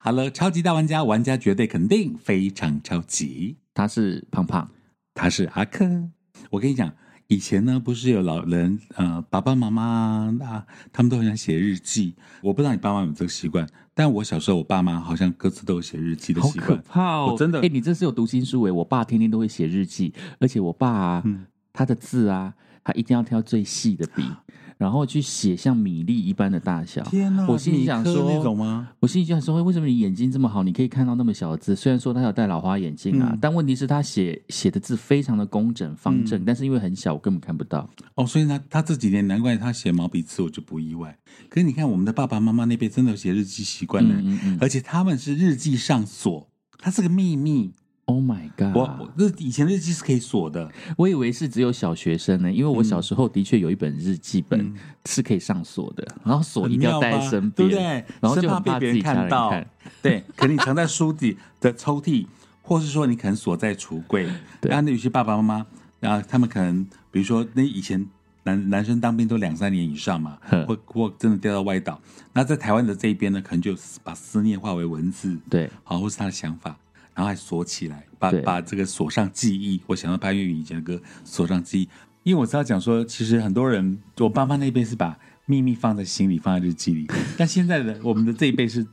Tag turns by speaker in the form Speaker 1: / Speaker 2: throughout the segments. Speaker 1: 好了，超级大玩家，玩家绝对肯定非常超级。
Speaker 2: 他是胖胖，
Speaker 1: 他是阿克。我跟你讲，以前呢，不是有老人呃，爸爸妈妈啊，他们都很想写日记。我不知道你爸妈有没有这个习惯，但我小时候，我爸妈好像各自都有写日记的
Speaker 2: 好
Speaker 1: 习
Speaker 2: 可
Speaker 1: 惯。
Speaker 2: 怕哦！
Speaker 1: 我真的
Speaker 2: 哎、你这是有读心术哎！我爸天天都会写日记，而且我爸、啊
Speaker 1: 嗯
Speaker 2: 他的字啊，他一定要挑最细的 笔，然后去写像米粒一般的大小。
Speaker 1: 天哪，
Speaker 2: 我心里
Speaker 1: 米
Speaker 2: 想
Speaker 1: 克
Speaker 2: 说
Speaker 1: 那种吗？
Speaker 2: 我心里就想说，为什么你眼睛这么好，你可以看到那么小的字？虽然说他有戴老花眼镜啊，
Speaker 1: 嗯
Speaker 2: 但问题是他写写的字非常的工整方正，但是因为很小，我根本看不到。
Speaker 1: 哦，所以呢，他这几年难怪他写毛笔字，我就不意外。可是你看，我们的爸爸妈妈那边真的有写日记习惯呢，
Speaker 2: 嗯嗯嗯
Speaker 1: 而且他们是日记上锁，它是个秘密。
Speaker 2: Oh my
Speaker 1: 我
Speaker 2: god！
Speaker 1: 我日以前日记是可以锁的，
Speaker 2: 我以为是只有小学生呢，因为我小时候的确有一本日记本
Speaker 1: 嗯
Speaker 2: 是可以上锁的，然后锁
Speaker 1: 很
Speaker 2: 一定要
Speaker 1: 妙
Speaker 2: 带
Speaker 1: 吧
Speaker 2: 在身
Speaker 1: 对
Speaker 2: 边，
Speaker 1: 不对？
Speaker 2: 然后
Speaker 1: 生
Speaker 2: 就
Speaker 1: 怕
Speaker 2: 很
Speaker 1: 被
Speaker 2: 怕
Speaker 1: 别
Speaker 2: 自
Speaker 1: 人
Speaker 2: 己家人
Speaker 1: 到
Speaker 2: 看。
Speaker 1: 对，可能你藏在书底的抽屉，或是说你可能锁在橱柜。
Speaker 2: 对
Speaker 1: 然后那有些爸爸妈妈，然后他们可能，比如说那以前男男生当兵都两三年以上嘛
Speaker 2: 哼，
Speaker 1: 或或真的掉到歪倒。那在台湾的这一边呢，可能就把思念化为文字，
Speaker 2: 对，
Speaker 1: 好，或是他的想法，然后还锁起来，把
Speaker 2: 对
Speaker 1: 把这个锁上记忆。我想到潘越云以前的歌《锁上记忆》，因为我知道讲说，其实很多人，我爸妈那辈是把秘密放在心里，放在日记里，但现在的我们的这一辈是，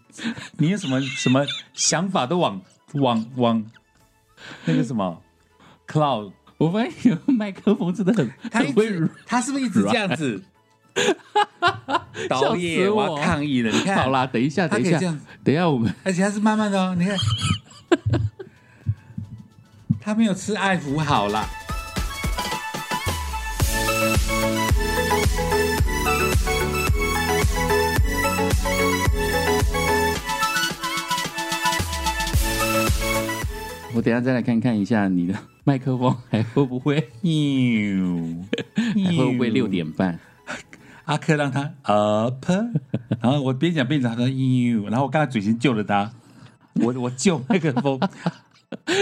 Speaker 1: 你有什么什么想法都往往往那个什么 cloud，
Speaker 2: 我发现有麦克风真的很
Speaker 1: 他
Speaker 2: 很
Speaker 1: 一
Speaker 2: 会
Speaker 1: 直他是不是一直这样 子？导演，我要
Speaker 2: 我
Speaker 1: 抗议了！你看，
Speaker 2: 好啦，等一下，
Speaker 1: 他
Speaker 2: 等
Speaker 1: 可
Speaker 2: 一
Speaker 1: 以
Speaker 2: 下
Speaker 1: 这，样子
Speaker 2: 等一下，我们
Speaker 1: 而且它是慢慢的哦，你看，他没有吃爱福好啦。
Speaker 2: 我等一下再来看看一下你的麦克风还会不 会，还
Speaker 1: 还
Speaker 2: 会不会六？点半？
Speaker 1: 阿克让他 up，然后我边讲边讲，他说 you，然后我刚才嘴型救了他，我我救麦克 风，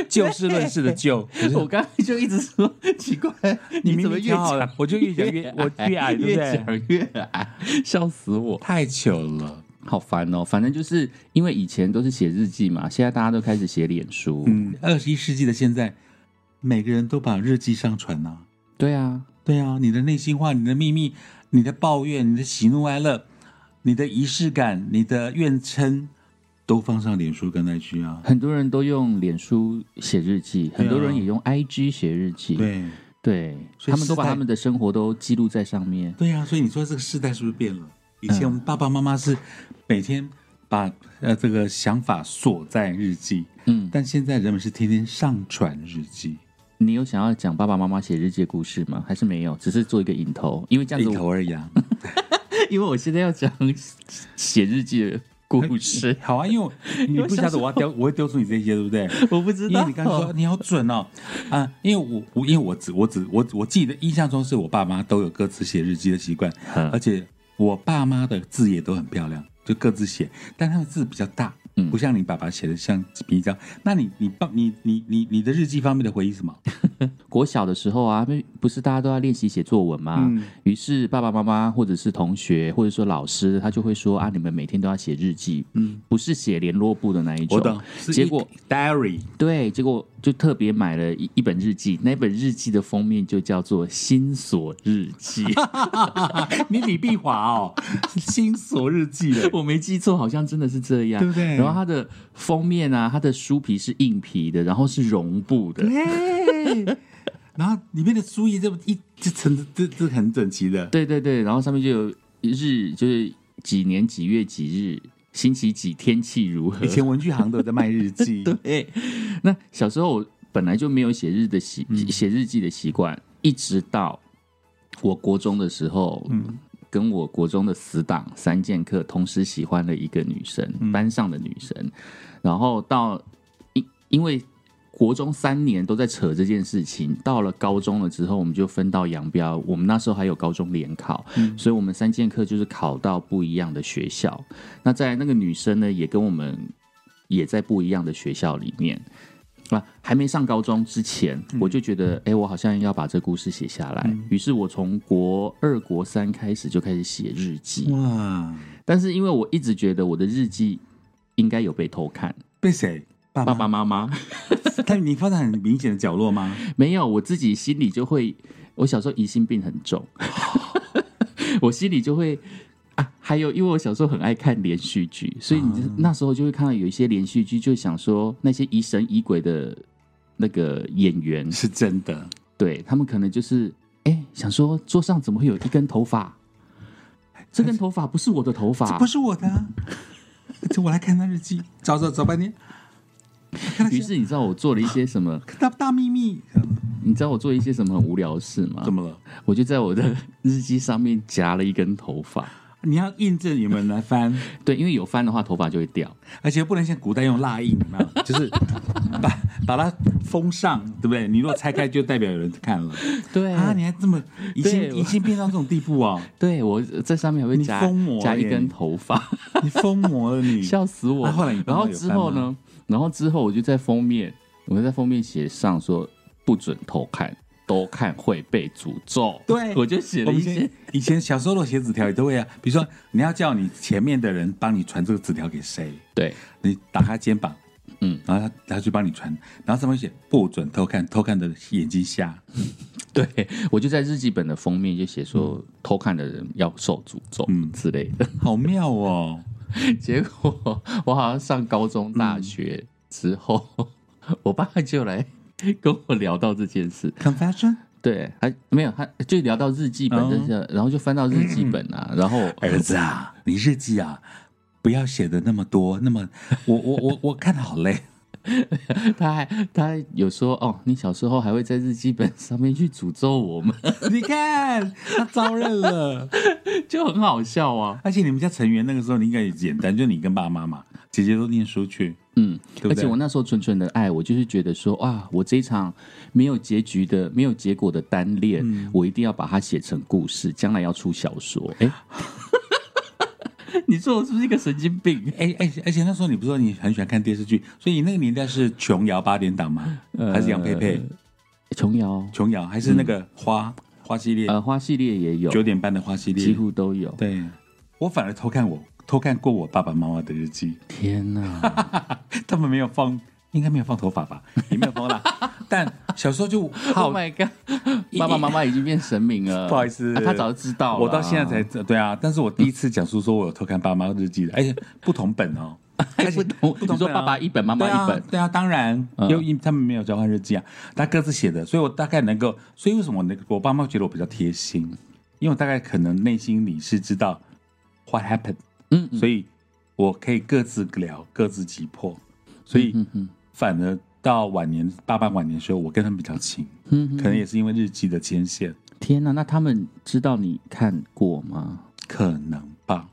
Speaker 1: 就事论事的救。可是
Speaker 2: 我刚才就一直说奇怪，
Speaker 1: 你
Speaker 2: 怎
Speaker 1: 明
Speaker 2: 么
Speaker 1: 明
Speaker 2: 越
Speaker 1: 挑好了
Speaker 2: 讲，
Speaker 1: 我就越讲越我越矮，对不
Speaker 2: 越
Speaker 1: 对？
Speaker 2: 讲越矮，笑死我，
Speaker 1: 太糗了，
Speaker 2: 好烦哦。反正就是因为以前都是写日记嘛，现在大家都开始写脸书。
Speaker 1: 嗯，二十一世纪的现在，每个人都把日记上传呐、
Speaker 2: 对啊，
Speaker 1: 对啊，你的内心话、你的秘密、你的抱怨、你的喜怒哀乐、你的仪式感、你的怨嗔，都放上脸书跟 IG 啊。
Speaker 2: 很多人都用脸书写日记，很多人也用 IG 写日记。
Speaker 1: 对
Speaker 2: 对，
Speaker 1: 所以
Speaker 2: 他们
Speaker 1: 时代
Speaker 2: 都把他们的生活都记录在上面。
Speaker 1: 对啊，所以你说这个世代是不是变了？以前我们爸爸妈妈是每天把呃这个想法锁在日记，
Speaker 2: 嗯，
Speaker 1: 但现在人们是天天上传日记，
Speaker 2: 你有想要讲爸爸妈妈写日记的故事吗？还是没有？只是做一个引头，因为这样
Speaker 1: 一
Speaker 2: 子我，
Speaker 1: 头而已啊。
Speaker 2: 因为我现在要讲写日记的故事，
Speaker 1: 好啊，因为我你不晓得我要丢，我会丢出你这些，对不对？
Speaker 2: 我不知
Speaker 1: 因为
Speaker 2: 道。
Speaker 1: 你刚才说你好准哦，啊，因为我我因为我只我只我我记得印象中是我爸妈都有各自写日记的习惯，
Speaker 2: 嗯
Speaker 1: 而且我爸妈的字也都很漂亮，就各自写，但他们字比较大，
Speaker 2: 嗯
Speaker 1: 不像你爸爸写的像比较。那你你爸你你你你的日记方面的回忆是什么？
Speaker 2: 国小的时候啊，不不是大家都要练习写作文吗？
Speaker 1: 嗯
Speaker 2: 于是爸爸妈妈或者是同学或者说老师，他就会说啊，你们每天都要写日记，
Speaker 1: 嗯，
Speaker 2: 不是写联络簿的那一种。结
Speaker 1: 结
Speaker 2: 果
Speaker 1: 果 diary
Speaker 2: 对，结果就特别买了一一本日记，那本日记的封面就叫做《心锁日记》。
Speaker 1: 你李碧华哦，心锁日记 了，
Speaker 2: 我没记错，好像真的是这样，
Speaker 1: 对不对
Speaker 2: 然后它的封面啊，它的书皮是硬皮的，然后是绒布的，
Speaker 1: 对，然后里面的书页这么一这层这这很整齐 的，
Speaker 2: 对对对，然后上面就有日，就是几年几月几日，星期几，天气如何
Speaker 1: 以。前文具行都有在卖日记，
Speaker 2: 对，那小时候我本来就没有写日的习、写日记的习惯，一直到我国中的时候，
Speaker 1: 嗯
Speaker 2: 跟我国中的死党三剑客同时喜欢了一个女生，班上的女生，然后到因因为。国中三年都在扯这件事情，到了高中了之后，我们就分道扬镳。我们那时候还有高中联考，所以我们三剑客就是考到不一样的学校。那在那个女生呢，也跟我们也在不一样的学校里面。啊，还没上高中之前，我就觉得，哎、我好像要把这故事写下来。于、是我从国二、国
Speaker 1: 嗯
Speaker 2: 三开始就开始写日记，
Speaker 1: 哇，
Speaker 2: 但是因为我一直觉得我的日记应该有被偷看，
Speaker 1: 被谁？爸
Speaker 2: 爸
Speaker 1: 爸
Speaker 2: 爸妈妈
Speaker 1: 嗯但你放在很明显的角落吗？
Speaker 2: 没有，我自己心里就会，我小时候疑心病很重，
Speaker 1: 哦
Speaker 2: 我心里就会。啊，还有，因为我小时候很爱看连续剧，所以你
Speaker 1: 啊
Speaker 2: 就那时候就会看到有一些连续剧，就想说那些疑神疑鬼的那个演 员，
Speaker 1: 是真的，
Speaker 2: 对他们可能就是哎、想说桌上怎么会有一根头发？这根头发不是我的头
Speaker 1: 这
Speaker 2: 发
Speaker 1: 不，是我的啊、这我来看他日记，找找找半天，看他
Speaker 2: 于是你知道我做了一些 什么？
Speaker 1: 看他大秘密，
Speaker 2: 你知道我做了一些什么很无聊的事吗
Speaker 1: 怎？么了？
Speaker 2: 我就在我的日记上面夹了一根头发，
Speaker 1: 你要印证有没有人来翻，
Speaker 2: 对，因为有翻的话头发就会掉。
Speaker 1: 而且不能像古代用蜡印，有没有？ 就是把把它封上，对不对？你如果拆开，就代表有人看 了
Speaker 2: 对
Speaker 1: 啊！你还这么疑
Speaker 2: 对
Speaker 1: 心
Speaker 2: 我
Speaker 1: 疑心变到这种地步 哦，
Speaker 2: 对我这上面还会
Speaker 1: 你
Speaker 2: 夹
Speaker 1: 疯魔
Speaker 2: 夹一
Speaker 1: 耶
Speaker 2: 根头发，
Speaker 1: 你疯魔了你！
Speaker 2: 笑死我。
Speaker 1: 啊后来你
Speaker 2: 然后
Speaker 1: 帮他有
Speaker 2: 之
Speaker 1: 翻
Speaker 2: 后
Speaker 1: 吗
Speaker 2: 呢？然后之后我就在封面，我就在封面写上说不准偷看，多看会被诅咒。
Speaker 1: 对
Speaker 2: 我就写
Speaker 1: 我
Speaker 2: 了
Speaker 1: 们
Speaker 2: 一
Speaker 1: 以前
Speaker 2: 些。
Speaker 1: 以前小时候的写纸条也都会啊，比如说你要叫你前面的人帮你传这个纸条给谁，
Speaker 2: 对，
Speaker 1: 你打他肩膀，
Speaker 2: 嗯，
Speaker 1: 然后他他去帮你传，然后上面写不准偷看，偷看的眼睛瞎，
Speaker 2: 对我就在日记本的封面就写说、偷看的人要受诅咒，
Speaker 1: 嗯
Speaker 2: 之类的。
Speaker 1: 好妙哦！
Speaker 2: 结果我好像上高中、大
Speaker 1: 嗯
Speaker 2: 学之后， 我爸就来跟我聊到这件事。
Speaker 1: Confession，
Speaker 2: 对，还没有，他就聊到日记本
Speaker 1: 哦
Speaker 2: 这些，然后就翻到日记本 啊，然后
Speaker 1: 儿子啊，你日记啊，不要写的那么多，那么我我我我看得好 累，
Speaker 2: 他还他还有说哦，你小时候还会在日记本上面去诅咒我们，
Speaker 1: 你看他招认了，
Speaker 2: 就很好笑啊。
Speaker 1: 而且你们家成员那个时候你应该也简单，就你跟爸妈嘛，姐姐都念书去，
Speaker 2: 嗯，
Speaker 1: 对不
Speaker 2: 而
Speaker 1: 对
Speaker 2: 且我那时候纯纯的爱，我就是觉得说，哇，我这一场没有结局的、没有结果的单恋，
Speaker 1: 嗯
Speaker 2: 我一定要把它写成故事，将来要出小说。哎、 你说我是不是一个神经病？
Speaker 1: 哎哎，而且那时候你不是说你很喜欢看电视剧，所以你那个年代是琼瑶八点档吗？
Speaker 2: 呃
Speaker 1: 还是杨佩佩、
Speaker 2: 琼瑶，
Speaker 1: 琼瑶，还是那个花、花系列
Speaker 2: 嗯呃，花系列也有，
Speaker 1: 九、点半的花系列？
Speaker 2: 几乎都有。
Speaker 1: 对，我反而偷看我偷看过我爸爸妈妈的日记，
Speaker 2: 天哪，
Speaker 1: 他们没有放，应该没有放头发吧，也没有放啦。但小时候 就
Speaker 2: Oh
Speaker 1: 好，
Speaker 2: my god！爸爸妈妈已经变神明 了，
Speaker 1: 不好意思
Speaker 2: 啊他早就知道了啊，
Speaker 1: 我到现 在才知对啊，但是我第一次讲述说我有偷看爸妈日记的，而且不同本 哦。而且
Speaker 2: 不同
Speaker 1: 不同
Speaker 2: 你说
Speaker 1: 本啊
Speaker 2: 爸爸一本妈妈一本
Speaker 1: 对啊，对啊当然，
Speaker 2: 嗯
Speaker 1: 因为他们没有交换日记啊，他各自写的，所以我大概能够，所以为什么我那个我爸妈觉得我比较贴心，因为我大概可能内心里是知道 what happened，
Speaker 2: 嗯，
Speaker 1: 所以我可以各自聊，各自击破，所以反而到晚年爸爸晚年的时候，我跟他们比较亲，
Speaker 2: 嗯
Speaker 1: 可能也是因为日记的牵线，
Speaker 2: 天哪，那他们知道你看过吗？
Speaker 1: 可能吧，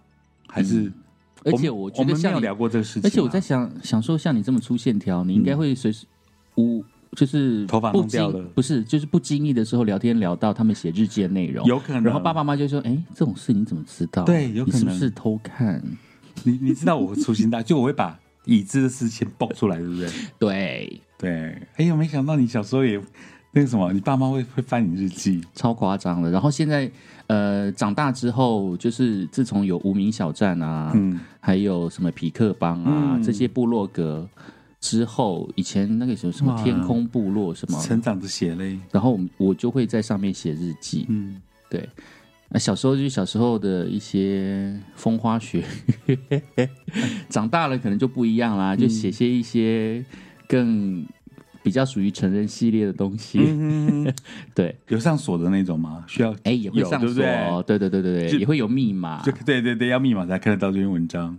Speaker 1: 还是
Speaker 2: 嗯而且
Speaker 1: 们
Speaker 2: 我觉
Speaker 1: 我
Speaker 2: 得
Speaker 1: 们没
Speaker 2: 像
Speaker 1: 有
Speaker 2: 你
Speaker 1: 聊过这个事情啊，
Speaker 2: 而且我在想想说，像你这么粗线条，你应该会随时无就是
Speaker 1: 头发
Speaker 2: 不
Speaker 1: 弄掉了
Speaker 2: 经不是就是不经意的时候聊天聊到他们写日记的内容，
Speaker 1: 有可能，
Speaker 2: 然后爸爸妈妈就说：“哎，这种事你怎么知道？
Speaker 1: 对有可能
Speaker 2: 你是不是偷看？
Speaker 1: 你你知道我粗心大，就我会把已知的事先爆出来，对不对？
Speaker 2: 对，
Speaker 1: 对，哎呦，没想到你小时候也那个什么，你爸妈会会翻你日记，
Speaker 2: 超夸张的。然后现在呃长大之后，就是自从有无名小站啊，
Speaker 1: 嗯，
Speaker 2: 还有什么匹克帮啊、
Speaker 1: 嗯
Speaker 2: 这些部落格之后，以前那个什么什么
Speaker 1: 哇
Speaker 2: 天空部落什么，
Speaker 1: 成长的血泪，
Speaker 2: 然后我们我就会在上面写日记。
Speaker 1: 嗯，
Speaker 2: 对，那小时候就是小时候的一些风花雪 月，长大了可能就不一样
Speaker 1: 嗯
Speaker 2: 啦，就写些一些更比较属于成人系列的东西。
Speaker 1: 嗯
Speaker 2: 对，
Speaker 1: 有上锁的那种吗？需要，
Speaker 2: 哎，也会
Speaker 1: 有
Speaker 2: 上
Speaker 1: 对
Speaker 2: 锁
Speaker 1: 不对
Speaker 2: 哦，对对对对
Speaker 1: 就
Speaker 2: 对，也会有密 码
Speaker 1: 就。对对对，要密码才看得到这篇文章。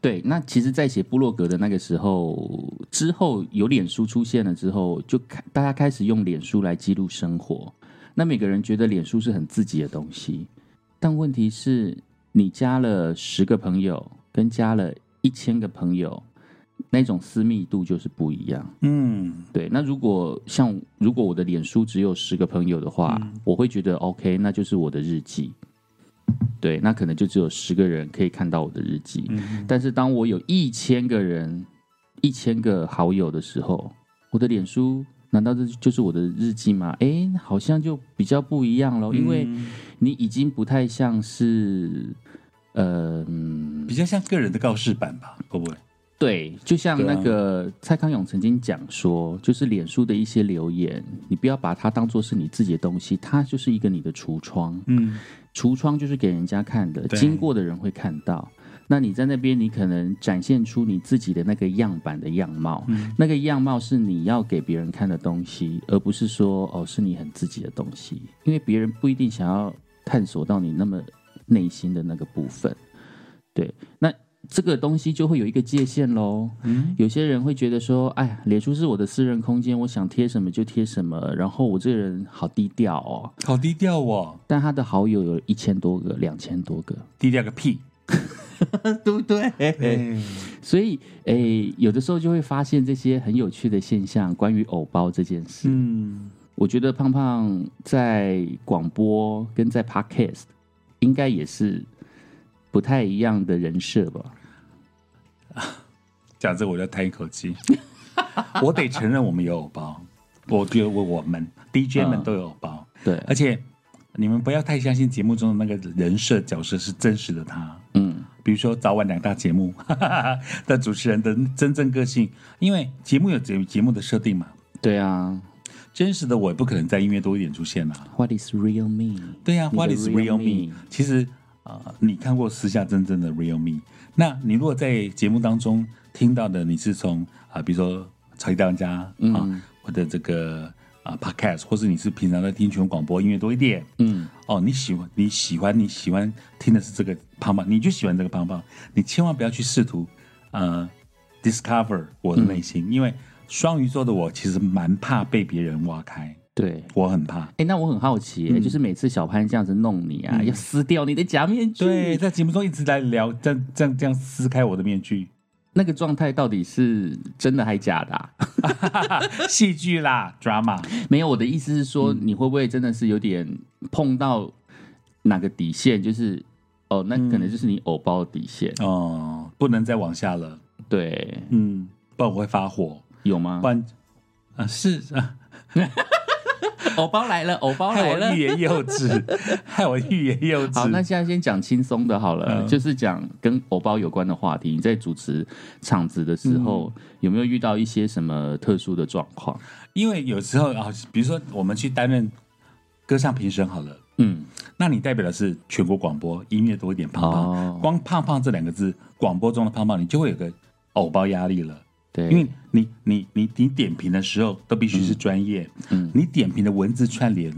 Speaker 2: 对，那其实，在写部落格的那个时候，之后有脸书出现了之后，就开大家开始用脸书来记录生活。那每个人觉得脸书是很自己的东西，但问题是，你加了十个朋友，跟加了一千个朋友，那种私密度就是不一样。
Speaker 1: 嗯，
Speaker 2: 对，那如果像如果我的脸书只有十个朋友的话，我会觉得 OK，那就是我的日记。对，那可能就只有十个人可以看到我的日记。
Speaker 1: 嗯
Speaker 2: 但是当我有一千个人、一千个好友的时候，我的脸书难道这就是我的日记吗？诶，好像就比较不一样咯，因为
Speaker 1: 嗯
Speaker 2: 你已经不太像是，呃，嗯嗯
Speaker 1: 比较像个人的告示板吧，会不会？
Speaker 2: 对，就像
Speaker 1: 对啊
Speaker 2: 那个蔡康永曾经讲说，就是脸书的一些留言，你不要把它当做是你自己的东西，它就是一个你的橱窗，
Speaker 1: 嗯，
Speaker 2: 橱窗就是给人家看的，
Speaker 1: 对
Speaker 2: 经过的人会看到。那你在那边，你可能展现出你自己的那个样板的样貌，那个样貌是你要给别人看的东西，而不是说哦是你很自己的东西，因为别人不一定想要探索到你那么内心的那个部分。对，那这个东西就会有一个界限喽。有些人会觉得说，哎呀，脸书是我的私人空间，我想贴什么就贴什么，然后我这个人好低调哦。
Speaker 1: 好低调哦，
Speaker 2: 但他的好友有一千多个、两千多个，
Speaker 1: 低调个 屁！
Speaker 2: 对不对？
Speaker 1: 哎，
Speaker 2: 所以，诶、有的时候就会发现这些很有趣的现象，关于偶包这件事。
Speaker 1: 嗯，
Speaker 2: 我觉得胖胖在广播跟在 podcast 应该也是不太一样的人设吧？
Speaker 1: 讲这个我就叹一口气， 我得承认我们有偶包，我觉得我我们 DJ 们都有偶包，
Speaker 2: 对，
Speaker 1: 而且你们不要太相信节目中的那个人设角色是真实的他。
Speaker 2: 嗯，
Speaker 1: 比如说早晚两大节目 的主持人的真正个性，因为节目有节节目的设定嘛，
Speaker 2: 对啊。
Speaker 1: 真实的我也不可能在音乐多一点出现啊。
Speaker 2: What is real me？
Speaker 1: 对呀、
Speaker 2: 你的
Speaker 1: w h a t is real
Speaker 2: real
Speaker 1: me？
Speaker 2: me
Speaker 1: 其实呃，你看过私下真正的 real me，那你如果在节目当中听到的，你是从啊、比如说超级大玩家啊、
Speaker 2: 嗯
Speaker 1: 或者这个啊、podcast，或是你是平常在听全国广播音乐多一点，
Speaker 2: 嗯，
Speaker 1: 哦，你喜欢你喜欢你喜欢听的是这个胖胖，你就喜欢这个胖胖，你千万不要去试图呃 discover 我的内
Speaker 2: 嗯
Speaker 1: 心，因为双鱼座的我其实蛮怕被别人挖开，
Speaker 2: 对。
Speaker 1: 我很怕。
Speaker 2: 哎、那我很好奇、
Speaker 1: 嗯
Speaker 2: 就是每次小潘这样子弄你啊，要撕掉你的假面具，
Speaker 1: 对，在节目中一直在聊，这样这样这样撕开我的面 具，
Speaker 2: 那个状态到底是真的还假的、啊？
Speaker 1: 戏剧啦，drama，
Speaker 2: 没有，我的意思是说，你会不会真的是有点碰到哪个底线？就是哦，那可能就是你偶包的底线，
Speaker 1: 哦，不能再往下了，
Speaker 2: 对，
Speaker 1: 嗯，不然我会发火，
Speaker 2: 有吗
Speaker 1: 不？然啊是啊，
Speaker 2: 偶包来了，偶包
Speaker 1: 害
Speaker 2: 来
Speaker 1: 我
Speaker 2: 了
Speaker 1: 欲。言又止，害我欲言又止。
Speaker 2: 好，那现在先讲轻松的好了，就是讲跟偶包有关的话题。你在主持场子的时候，有没有遇到一些什么特殊的状况？
Speaker 1: 因为有时候啊，比如说我们去担任歌唱评审好了，
Speaker 2: 嗯，
Speaker 1: 那你代表的是全国广播音乐多一点胖胖，
Speaker 2: 哦
Speaker 1: 光胖胖这两个字，广播中的胖胖，你就会有个偶包压力了。
Speaker 2: 对，
Speaker 1: 因为你你你你点评的时候都必须是专业，
Speaker 2: 嗯
Speaker 1: 你点评的文字串联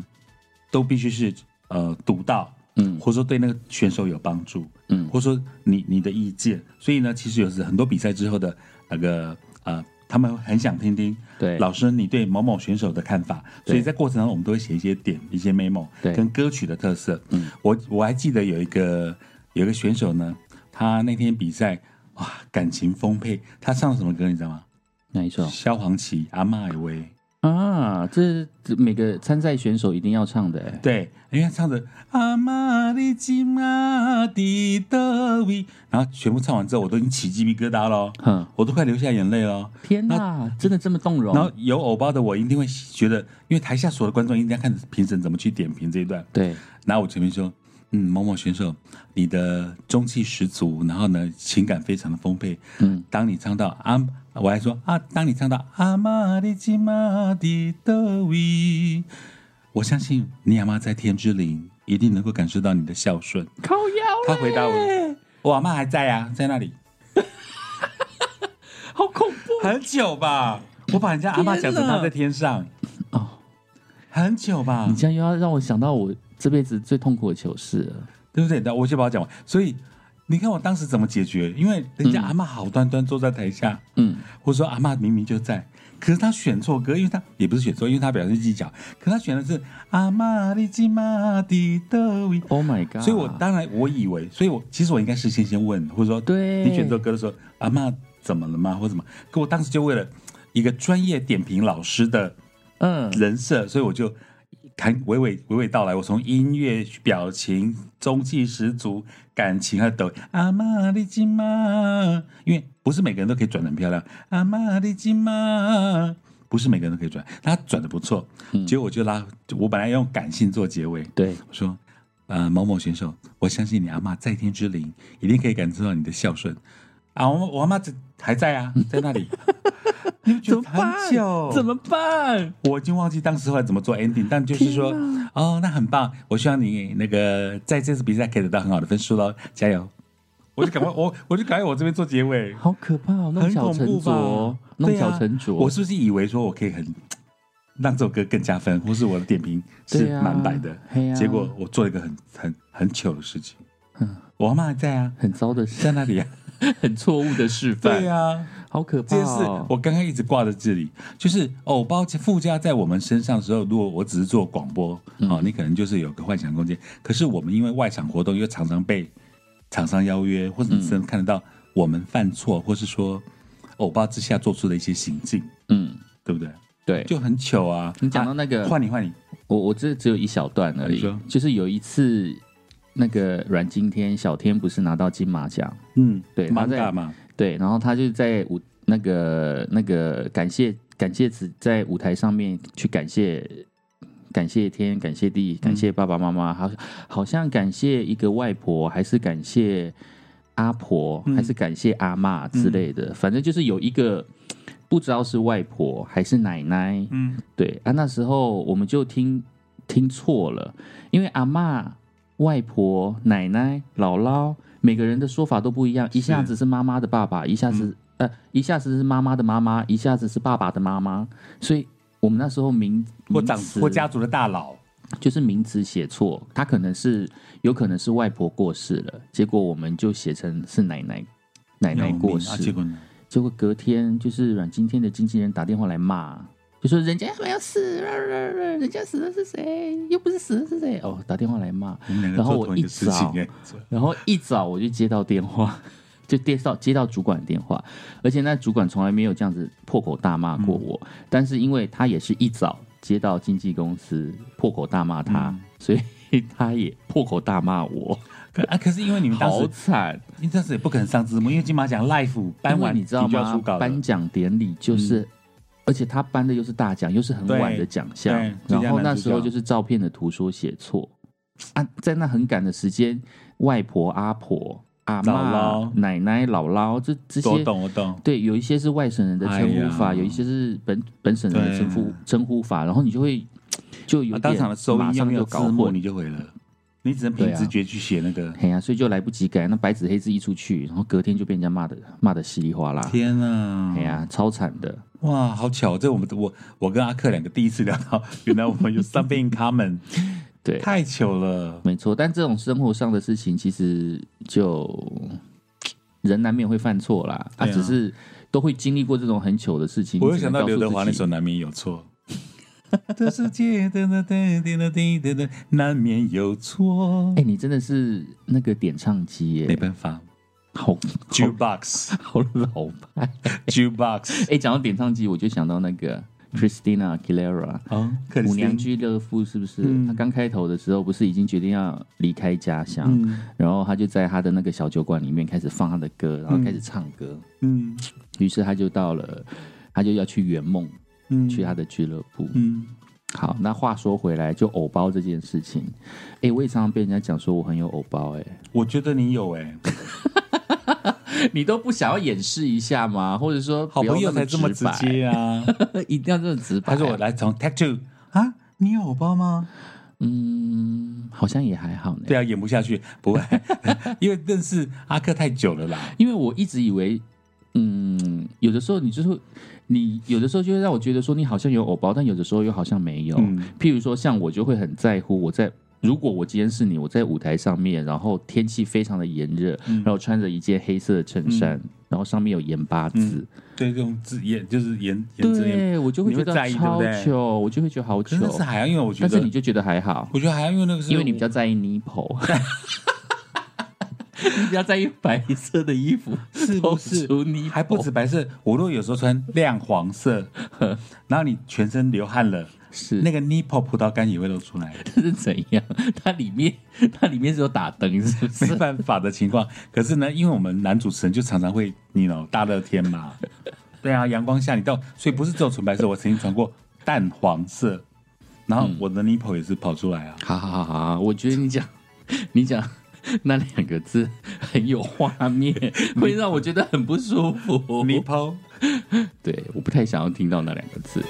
Speaker 1: 都必须是呃独到，
Speaker 2: 嗯
Speaker 1: 或者说对那个选手有帮助，
Speaker 2: 嗯
Speaker 1: 或者说你你的意见，所以呢，其实有时很多比赛之后的那个呃，他们很想听听
Speaker 2: 对
Speaker 1: 老师你对某某选手的看法，所以
Speaker 2: 对
Speaker 1: 在过程中我们都会写一些点一些 memo，
Speaker 2: 对
Speaker 1: 跟歌曲的特色，
Speaker 2: 嗯，
Speaker 1: 我我还记得有一个有一个选手呢，他那天比赛。哇，感情丰沛！他唱什么歌你知道吗？
Speaker 2: 哪一首
Speaker 1: 萧煌奇、阿妈也喂，
Speaker 2: 啊？这这每个参赛选手一定要唱的、欸，
Speaker 1: 对，因为他唱着阿妈的啊吉玛的德维，然后全部唱完之后，我都已经起鸡皮疙瘩了，
Speaker 2: 哼，
Speaker 1: 我都快流下眼泪了。
Speaker 2: 天哪，真的这么动容？
Speaker 1: 然后有偶包的我一定会觉得，因为台下所有的观众一定要看评审怎么去点评这一段。
Speaker 2: 对，
Speaker 1: 然后我前面说，嗯，某某选手，你的中气十足，然后呢，情感非常的丰沛。
Speaker 2: 嗯，
Speaker 1: 当你唱到阿、我还说啊，当你唱到阿妈的吉玛的德维，我相信你阿妈在天之灵一定能够感受到你的孝顺。
Speaker 2: 靠腰
Speaker 1: 他回答
Speaker 2: 哎
Speaker 1: 我，我阿妈还在啊，在那里
Speaker 2: 好恐怖
Speaker 1: 很久吧。我把人家阿妈讲成她在天上，
Speaker 2: 哦！
Speaker 1: 很久吧
Speaker 2: 你，这样又要让我想到我这辈子最痛苦的糗事了。
Speaker 1: 对不对？那我先把它讲完。所以你看我当时怎么解决？因为人家阿妈好端端坐在台下。
Speaker 2: 嗯，
Speaker 1: 或者说阿嬷明明就在，可是她选错歌，因为她也不是选错，因为她表现技巧，可她选的是阿嬷的吉玛的德维，
Speaker 2: Oh my god！
Speaker 1: 所以我当然我以为，所以我其实我应该事先先问，或者说
Speaker 2: 对
Speaker 1: 你选错歌的时候，阿嬷怎么了吗，或者什么？可我当时就为了一个专业点评老师的
Speaker 2: 嗯
Speaker 1: 人设，所以我就。谈娓娓娓娓道来，我从音乐、表情、中气十足、感情和抖阿玛的金玛，因为不是每个人都可以转的很漂亮。阿玛的金玛，不是每个人都可以转，他转的不错。
Speaker 2: 嗯
Speaker 1: 结果我就拉，我本来用感性做结尾，
Speaker 2: 对，
Speaker 1: 我说，呃，某某选手，我相信你阿嬷在天之灵一定可以感受到你的孝顺。啊，我我阿妈在还在啊，在那 里。你们觉
Speaker 2: 怎
Speaker 1: 得
Speaker 2: 么办
Speaker 1: 很久？？
Speaker 2: 怎么办？
Speaker 1: 我已经忘记当时后来怎么做 ending，但就是说，哦，那很棒，我希望你那个在这次比赛可以得到很好的分数喽，加油！我就赶快，我我就赶快我这边做结尾，
Speaker 2: 好可怕哦，弄
Speaker 1: 很
Speaker 2: 巧
Speaker 1: 恐
Speaker 2: 成
Speaker 1: 怖
Speaker 2: 拙
Speaker 1: 吧，？
Speaker 2: 弄
Speaker 1: 对
Speaker 2: 巧
Speaker 1: 啊
Speaker 2: 成拙。
Speaker 1: 我是不是以为说我可以很让这首歌更加分，或是我的点评是
Speaker 2: 对啊
Speaker 1: 满百的？
Speaker 2: 嘿啊
Speaker 1: 结果我做了一个很很很糗的事情，
Speaker 2: 嗯
Speaker 1: 我阿妈还在啊，
Speaker 2: 很糟的事，
Speaker 1: 在那里啊，
Speaker 2: 很错误的示范，
Speaker 1: 对啊。
Speaker 2: 好可怕
Speaker 1: 这件事
Speaker 2: 哦！
Speaker 1: 我刚刚一直挂在这里，就是偶包附加在我们身上的时候，如果我只是做广播，
Speaker 2: 嗯
Speaker 1: 哦，你可能就是有个幻想空间。可是我们因为外场活动，又常常被厂商邀约，或者你甚至看得到我们犯错，或是说偶包之下做出的一些行径，
Speaker 2: 嗯，
Speaker 1: 对不对？
Speaker 2: 对，
Speaker 1: 就很糗啊！
Speaker 2: 你讲到
Speaker 1: 啊
Speaker 2: 那个
Speaker 1: 换你换你，
Speaker 2: 我我这只有一小段而
Speaker 1: 你
Speaker 2: 已
Speaker 1: 说，
Speaker 2: 就是有一次那个阮经天小天不是拿到金马奖，
Speaker 1: 嗯，
Speaker 2: 对他
Speaker 1: 蛮
Speaker 2: 在
Speaker 1: 大嘛，
Speaker 2: 对，然后他就在舞那个那个感谢感谢子在舞台上面去感谢感谢天感谢地感谢爸爸妈妈，好好像感谢一个外婆还是感谢阿婆、还是感谢阿嬷之类的，反正就是有一个不知道是外婆还是奶奶，
Speaker 1: 嗯，
Speaker 2: 对啊，那时候我们就听听错了，因为阿嬷、外婆、奶奶、姥姥，每个人的说法都不一样，一下子是妈妈的爸爸，一下子、
Speaker 1: 嗯
Speaker 2: 呃，一下子是妈妈的妈妈，一下子是爸爸的妈妈，所以我们那时候名
Speaker 1: 或
Speaker 2: 名
Speaker 1: 长
Speaker 2: 词
Speaker 1: 或家族的大佬，
Speaker 2: 就是名词写错，他可能是有可能是外婆过世了，结果我们就写成是奶奶奶奶过
Speaker 1: 啊，
Speaker 2: 世
Speaker 1: 结，果呢？
Speaker 2: 结果隔天就是阮经天的经纪人打电话来骂，就说人家没有死， 人家死的是谁？又不是死的是谁？哦，打电话来骂。
Speaker 1: 我们两个
Speaker 2: 然后
Speaker 1: 做
Speaker 2: 我
Speaker 1: 同
Speaker 2: 一
Speaker 1: 一个事情
Speaker 2: 早，
Speaker 1: 哎，
Speaker 2: 然后一早我就接到电话， 就接到接到主管电话，而且那主管从来没有这样子破口大骂过我，但是因为他也是一早接到经纪公司破口大骂他，所以他也破口大骂我，
Speaker 1: 可啊，可是因为你们当
Speaker 2: 好
Speaker 1: 时，
Speaker 2: 惨。
Speaker 1: 因为当时也不可能上字幕，因为金马奖 live 颁
Speaker 2: 因为
Speaker 1: 完
Speaker 2: 你知道
Speaker 1: 就要
Speaker 2: 吗
Speaker 1: 出稿？了嗯
Speaker 2: 颁奖典礼就是，而且他颁的又是大奖，又是很晚的奖项
Speaker 1: 对，最
Speaker 2: 然
Speaker 1: 佳
Speaker 2: 后
Speaker 1: 男
Speaker 2: 那
Speaker 1: 主
Speaker 2: 时候
Speaker 1: 角
Speaker 2: 就是照片的图说写错啊，在那很赶的时间，外婆、阿婆、阿
Speaker 1: 姥
Speaker 2: 妈、
Speaker 1: 姥
Speaker 2: 奶奶、姥姥，这这
Speaker 1: 我
Speaker 2: 些。
Speaker 1: 懂，我懂。
Speaker 2: 对，有一些是外省人的称呼法，
Speaker 1: 哎呀
Speaker 2: 有一些是本本省人的
Speaker 1: 对
Speaker 2: 称呼称呼法，然后你就会就有
Speaker 1: 啊
Speaker 2: 点
Speaker 1: 当场的收
Speaker 2: 马
Speaker 1: 音又
Speaker 2: 上
Speaker 1: 没
Speaker 2: 就
Speaker 1: 有
Speaker 2: 搞
Speaker 1: 字
Speaker 2: 混啊
Speaker 1: 幕，你就毁了。你只能凭直觉去写那个。
Speaker 2: 嘿呀、所以就来不及改，那白纸黑字一出去，然后隔天就被人家骂的骂的稀里哗啦，
Speaker 1: 天啊！
Speaker 2: 哎呀、超惨的。
Speaker 1: 哇，好巧！这我们我我跟阿克两个第一次聊到，原来我们有 something in common，
Speaker 2: 对，
Speaker 1: 太糗了。
Speaker 2: 没错，但这种生活上的事情，其实就人难免会犯错啦。啊，
Speaker 1: 对啊
Speaker 2: 只是都会经历过这种很糗的事情。
Speaker 1: 我又
Speaker 2: 你只
Speaker 1: 想
Speaker 2: 能
Speaker 1: 到
Speaker 2: 告诉
Speaker 1: 刘德华
Speaker 2: 自
Speaker 1: 那
Speaker 2: 己
Speaker 1: 首《难免有错》。这世界的的的的的的的难免有错
Speaker 2: 哎、，你真的是那个点唱机
Speaker 1: 没
Speaker 2: 耶，
Speaker 1: 办法
Speaker 2: 好
Speaker 1: ，jukebox
Speaker 2: 好老派。
Speaker 1: jukebox
Speaker 2: 哎、讲到点唱机，我就想到那个 Christina Aguilera。
Speaker 1: 啊，克里
Speaker 2: 母
Speaker 1: 斯
Speaker 2: 娘俱乐部是不是？
Speaker 1: 嗯
Speaker 2: 她刚开头的时候不是已经决定要离开家乡，
Speaker 1: 嗯
Speaker 2: 然后她就在她的那个小酒馆里面开始放她的歌，然后开始唱歌。
Speaker 1: 嗯
Speaker 2: 于是他就到了，他就要去圆梦，
Speaker 1: 嗯，
Speaker 2: 去他的俱乐部。
Speaker 1: 嗯
Speaker 2: 好，那话说回来，就偶包这件事情，哎、我也常常被人家讲说我很有偶包、
Speaker 1: 我觉得你有哎、
Speaker 2: 哎， 你都不想要掩饰一下吗？或者说
Speaker 1: 好
Speaker 2: 不要
Speaker 1: 朋友才这么直
Speaker 2: 直白，
Speaker 1: 接 啊。
Speaker 2: 一定要这么直白、
Speaker 1: 他说我，来从 t a t t o o 啊，你有偶包吗？
Speaker 2: 嗯，好像也还好呢。
Speaker 1: 对啊，演不下去，不会， 因为认识阿克太久了啦。
Speaker 2: 因为我一直以为，嗯，有的时候你就是会你有的时候就会让我觉得说你好像有偶包，但有的时候又好像没有。
Speaker 1: 嗯
Speaker 2: 譬如说，像我就会很在乎我在。如果我今天是你，我在舞台上面，然后天气非常的炎热，
Speaker 1: 嗯
Speaker 2: 然后穿着一件黑色的衬衫，然后上面有盐巴
Speaker 1: 嗯
Speaker 2: 渍，
Speaker 1: 对，这种字眼就是言言之言，
Speaker 2: 对我就会觉得
Speaker 1: 你会在意
Speaker 2: 超
Speaker 1: 对不对
Speaker 2: 糗，我就会觉得好
Speaker 1: 可
Speaker 2: 糗
Speaker 1: 是。那是海洋，因为我觉
Speaker 2: 但是
Speaker 1: 得
Speaker 2: 你，就觉得还好，
Speaker 1: 我觉得海洋因为那个是
Speaker 2: 因为你比较在 意 nipple，你比较在意白色的衣服
Speaker 1: 是不是
Speaker 2: 露出 nipple
Speaker 1: 还不止白色，我如果有时候穿亮黄 色，然后你全身流汗了，
Speaker 2: 是
Speaker 1: 那个 nipple 葡萄干也会露出来，
Speaker 2: 是怎样？它里面它里面是有打灯，是不
Speaker 1: 没
Speaker 2: 是？
Speaker 1: 办法的情况。可是呢，因为我们男主持人就常常会，你 know 大热天 嘛，对啊，阳光下你到，所以不是只有纯白色，我曾经穿过淡黄色，然后我的 nipple 也是跑出来啊。
Speaker 2: 好好好好，我觉得你讲你讲那两个字很有画 面，会让我觉得很不舒服。
Speaker 1: 你抛
Speaker 2: 对，我不太想要听到那两个字。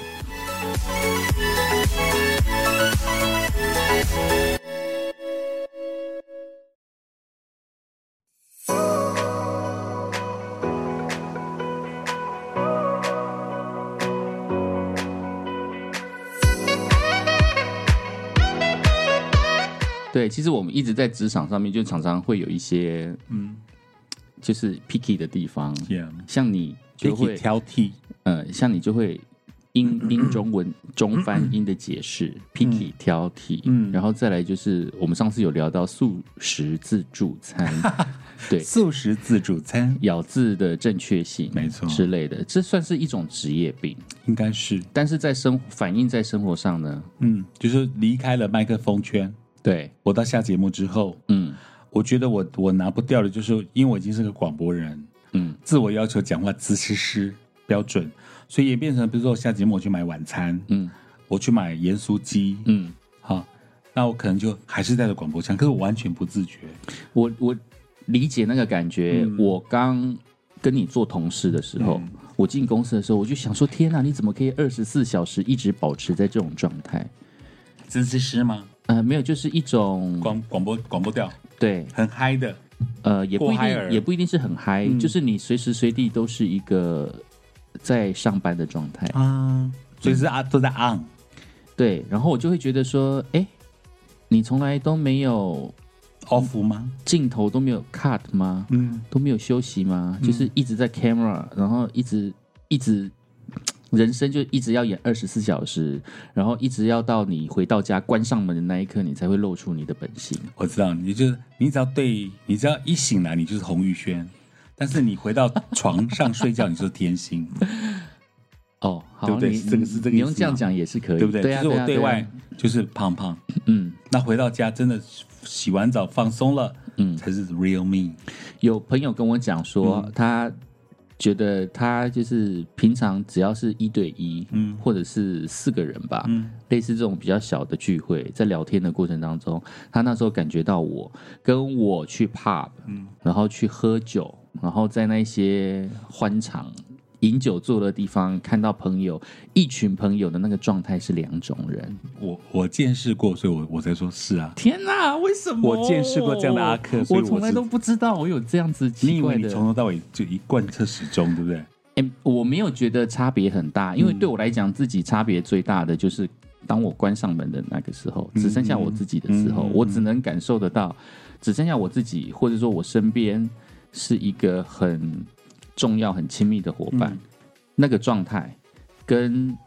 Speaker 2: 对，其实我们一直在职场上面，就常常会有一些，嗯，就是 picky 的地方，
Speaker 1: ，yeah，
Speaker 2: 像你就会
Speaker 1: Picky，挑剔，
Speaker 2: 呃，像你就会英英中文中翻英的解释，picky 挑剔，嗯，然后再来就是我们上次有聊到素食自助餐，对，
Speaker 1: 素食自助餐
Speaker 2: 咬字的正确性，
Speaker 1: 没错
Speaker 2: 之类的，这算是一种职业病，
Speaker 1: 应该是，
Speaker 2: 但是在生反映在生活上呢，
Speaker 1: 嗯，就是离开了麦克风圈。
Speaker 2: 对，
Speaker 1: 我到下节目之后，
Speaker 2: 嗯
Speaker 1: 我觉得我我拿不掉的，就是因为我已经是个广播人，
Speaker 2: 嗯，
Speaker 1: 自我要求讲话姿势是标准，所以也变成，比如说我下节目我去买晚餐，
Speaker 2: 嗯
Speaker 1: 我去买盐酥鸡，
Speaker 2: 嗯，
Speaker 1: 好，那我可能就还是带着广播腔，可是我完全不自觉，
Speaker 2: 我我理解那个感觉，我刚。跟你做同事的时候，我进公司的时候，我就想说：天哪，你怎么可以二十四小时一直保持在这种状态？
Speaker 1: 姿势是吗？
Speaker 2: 呃，没有，就是一种
Speaker 1: 广广播广播调
Speaker 2: 对，
Speaker 1: 很嗨的，
Speaker 2: 呃，也不一
Speaker 1: 过嗨而嗯
Speaker 2: 定，也不一定是很嗨、就是你随时随地都是一个在上班的状态。
Speaker 1: 啊，所以是啊都在
Speaker 2: 嗯
Speaker 1: on，
Speaker 2: 对，然后我就会觉得说，哎，你从来都没有
Speaker 1: off 吗？
Speaker 2: 镜头都没有 cut 吗？
Speaker 1: 嗯，
Speaker 2: 都没有休息吗？就是一直在 camera，然后一直一直。人生就一直要演二十四小时，然后一直要到你回到家关上门的那一刻，你才会露出你的本性。
Speaker 1: 我知道，你就是你只要对你只要一醒来，你就是洪玉轩。但是你回到床上睡觉，你就是天心，
Speaker 2: 哦，好，
Speaker 1: 对不对
Speaker 2: 你
Speaker 1: 这个是这个
Speaker 2: 你
Speaker 1: 意
Speaker 2: 用
Speaker 1: 思
Speaker 2: 这样
Speaker 1: 吗
Speaker 2: 讲也是可以，
Speaker 1: 对不对？
Speaker 2: 对啊，
Speaker 1: 就是
Speaker 2: 啊
Speaker 1: 我对
Speaker 2: 啊
Speaker 1: 外就是胖胖，
Speaker 2: 嗯，
Speaker 1: 那回到家真的洗完澡放松了，嗯，才是 real me。
Speaker 2: 有朋友跟我讲说，他觉得他就是平常只要是一对一，嗯，或者是四个人吧，嗯，类似这种比较小的聚会，在聊天的过程当中，他那时候感觉到我跟我去 pub，嗯，然后去喝酒，然后在那些欢场。饮酒作乐的地方，看到朋友一群朋友的那个状态是两种人。
Speaker 1: 我我见识过，所以我我才说是啊。
Speaker 2: 天哪，为什么？
Speaker 1: 我见识过这样的阿克所以
Speaker 2: 我
Speaker 1: 我
Speaker 2: 从来
Speaker 1: 知
Speaker 2: 都不知道我有这样子
Speaker 1: 你
Speaker 2: 奇
Speaker 1: 以
Speaker 2: 怪
Speaker 1: 为
Speaker 2: 的。
Speaker 1: 你从头到尾就一贯彻始终，对不 对？
Speaker 2: 欸，我没有觉得差别很大，因为对我来讲，自己差别最大的就是当我关上门的那个时候，只剩下我自己的时候，我只能感受得到，只剩下我自己，或者说我身边是一个很重要、很亲密的伙伴，那个状态跟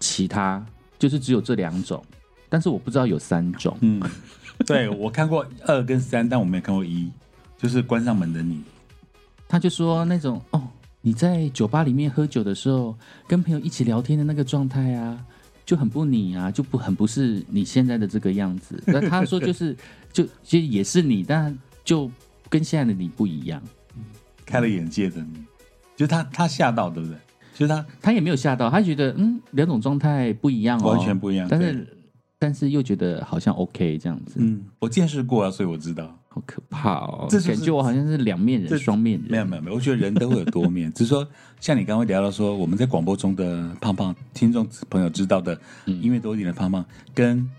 Speaker 2: 其他就是只有这两种，但是我不知道有三种。
Speaker 1: 嗯，对我看过二跟三，但我没有看过一，就是关上门的你。
Speaker 2: 他就说那种哦，你在酒吧里面喝酒的时候，跟朋友一起聊天的那个状态啊，就很不你啊，就不很不是你现在的这个样子。那他说就是 就其实也是你，但就跟现在的你不一样。
Speaker 1: 开了眼界的你，就是他他吓到，对不对？就是他
Speaker 2: 他也没有吓到，他觉得嗯两种状态不一样哦，
Speaker 1: 完全不一样
Speaker 2: 但是但是又觉得好像 OK 这样子，
Speaker 1: 嗯，我见识过啊，所以我知道。
Speaker 2: 好可怕哦，
Speaker 1: 这就是
Speaker 2: 感觉我好像是两面人、
Speaker 1: 这
Speaker 2: 双面人。
Speaker 1: 没有没有没有，我觉得人都会有多面，只是说像你刚刚聊到说，我们在广播中的胖胖听众朋友知道的音乐多一点的胖胖，跟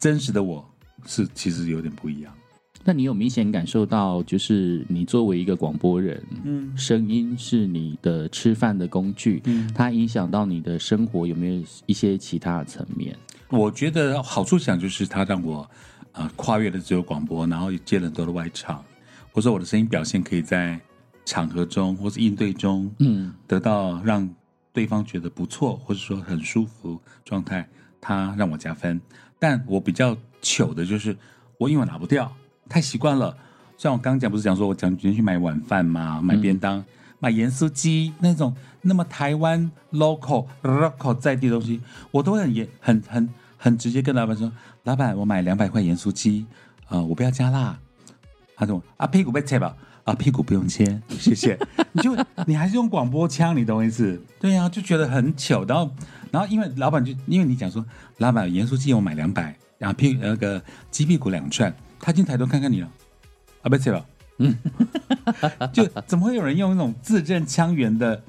Speaker 1: 真实的我是其实有点不一样。
Speaker 2: 那你有明显感受到，就是你作为一个广播人，嗯，声音是你的吃饭的工具，嗯，它影响到你的生活有没有一些其他的层面？
Speaker 1: 我觉得好处想就是它让我呃跨越了只有广播，然后也接了很多的外场，或者说我的声音表现可以在场合中或是应对中，
Speaker 2: 嗯，
Speaker 1: 得到让对方觉得不错，或者说很舒服状态，它让我加分。但我比较糗的就是我因为我拿不掉，太习惯了。像我刚刚讲，不是讲说我讲今天去买晚饭嘛，买便当，买盐酥鸡那种，那么台湾 local local 在地的东西，我都会很严很很很直接跟老板说，老板我买两百块盐酥鸡，啊、我不要加辣。他说啊屁股被切吧，啊屁股不用切， 谢谢。你就你还是用广播腔，你懂我意思？对呀、就觉得很糗。然后然后因为老板就因为你讲说，老板盐酥鸡我买两百，然后屁那个鸡屁股两串，他进抬头看看你了，啊，不起了，嗯， 就怎么会有人用那种字正腔圆的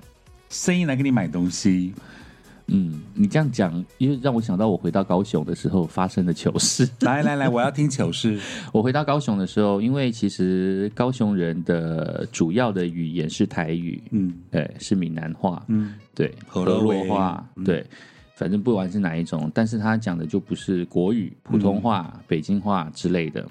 Speaker 1: 声音来给你买东西？
Speaker 2: 嗯，你这样讲，因为让我想到我回到高雄的时候发生的糗事。
Speaker 1: 来来来，我要听糗事。
Speaker 2: 我回到高雄的时候，因为其实高雄人的主要的语言是台语，
Speaker 1: 嗯
Speaker 2: 对，是闽南话，
Speaker 1: 嗯，
Speaker 2: 对，
Speaker 1: 河洛
Speaker 2: 洛
Speaker 1: 维
Speaker 2: 话，对，反正不管是哪一种，但是他讲的就不是国语、
Speaker 1: 嗯
Speaker 2: 普通话、北京话之类的。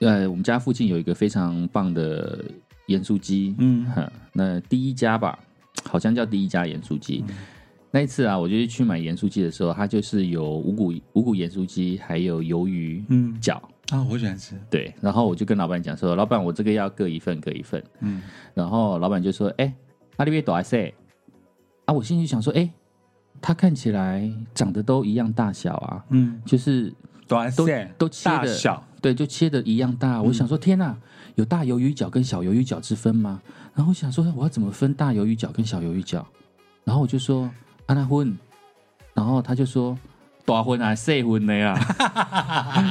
Speaker 2: 呃，我们家附近有一个非常棒的盐酥鸡，
Speaker 1: 嗯
Speaker 2: 哈，那第一家吧，好像叫第一家盐酥鸡。
Speaker 1: 嗯
Speaker 2: 那一次啊，我就是去买盐酥鸡的时候，它就是有五谷五谷盐酥鸡，还有鱿鱼
Speaker 1: 嗯
Speaker 2: 饺，
Speaker 1: 啊、我喜欢吃。
Speaker 2: 对，然后我就跟老板讲说，老板我这个要各一份，各一份。
Speaker 1: 嗯，
Speaker 2: 然后老板就说，哎、阿里贝多还塞，啊，我心里想说，哎、他看起来长得都一样大小啊，
Speaker 1: 嗯，
Speaker 2: 就是
Speaker 1: 短
Speaker 2: 都
Speaker 1: 线
Speaker 2: 都切
Speaker 1: 大
Speaker 2: 的
Speaker 1: 小，
Speaker 2: 对，就切的一样
Speaker 1: 嗯
Speaker 2: 大。我想说，天呐，有大鱿鱼饺跟小鱿鱼饺之分吗？然后我想说，我要怎么分大鱿鱼饺跟小鱿鱼饺？然后我就说，安娜婚，然后他就说。大婚啊，细婚的呀、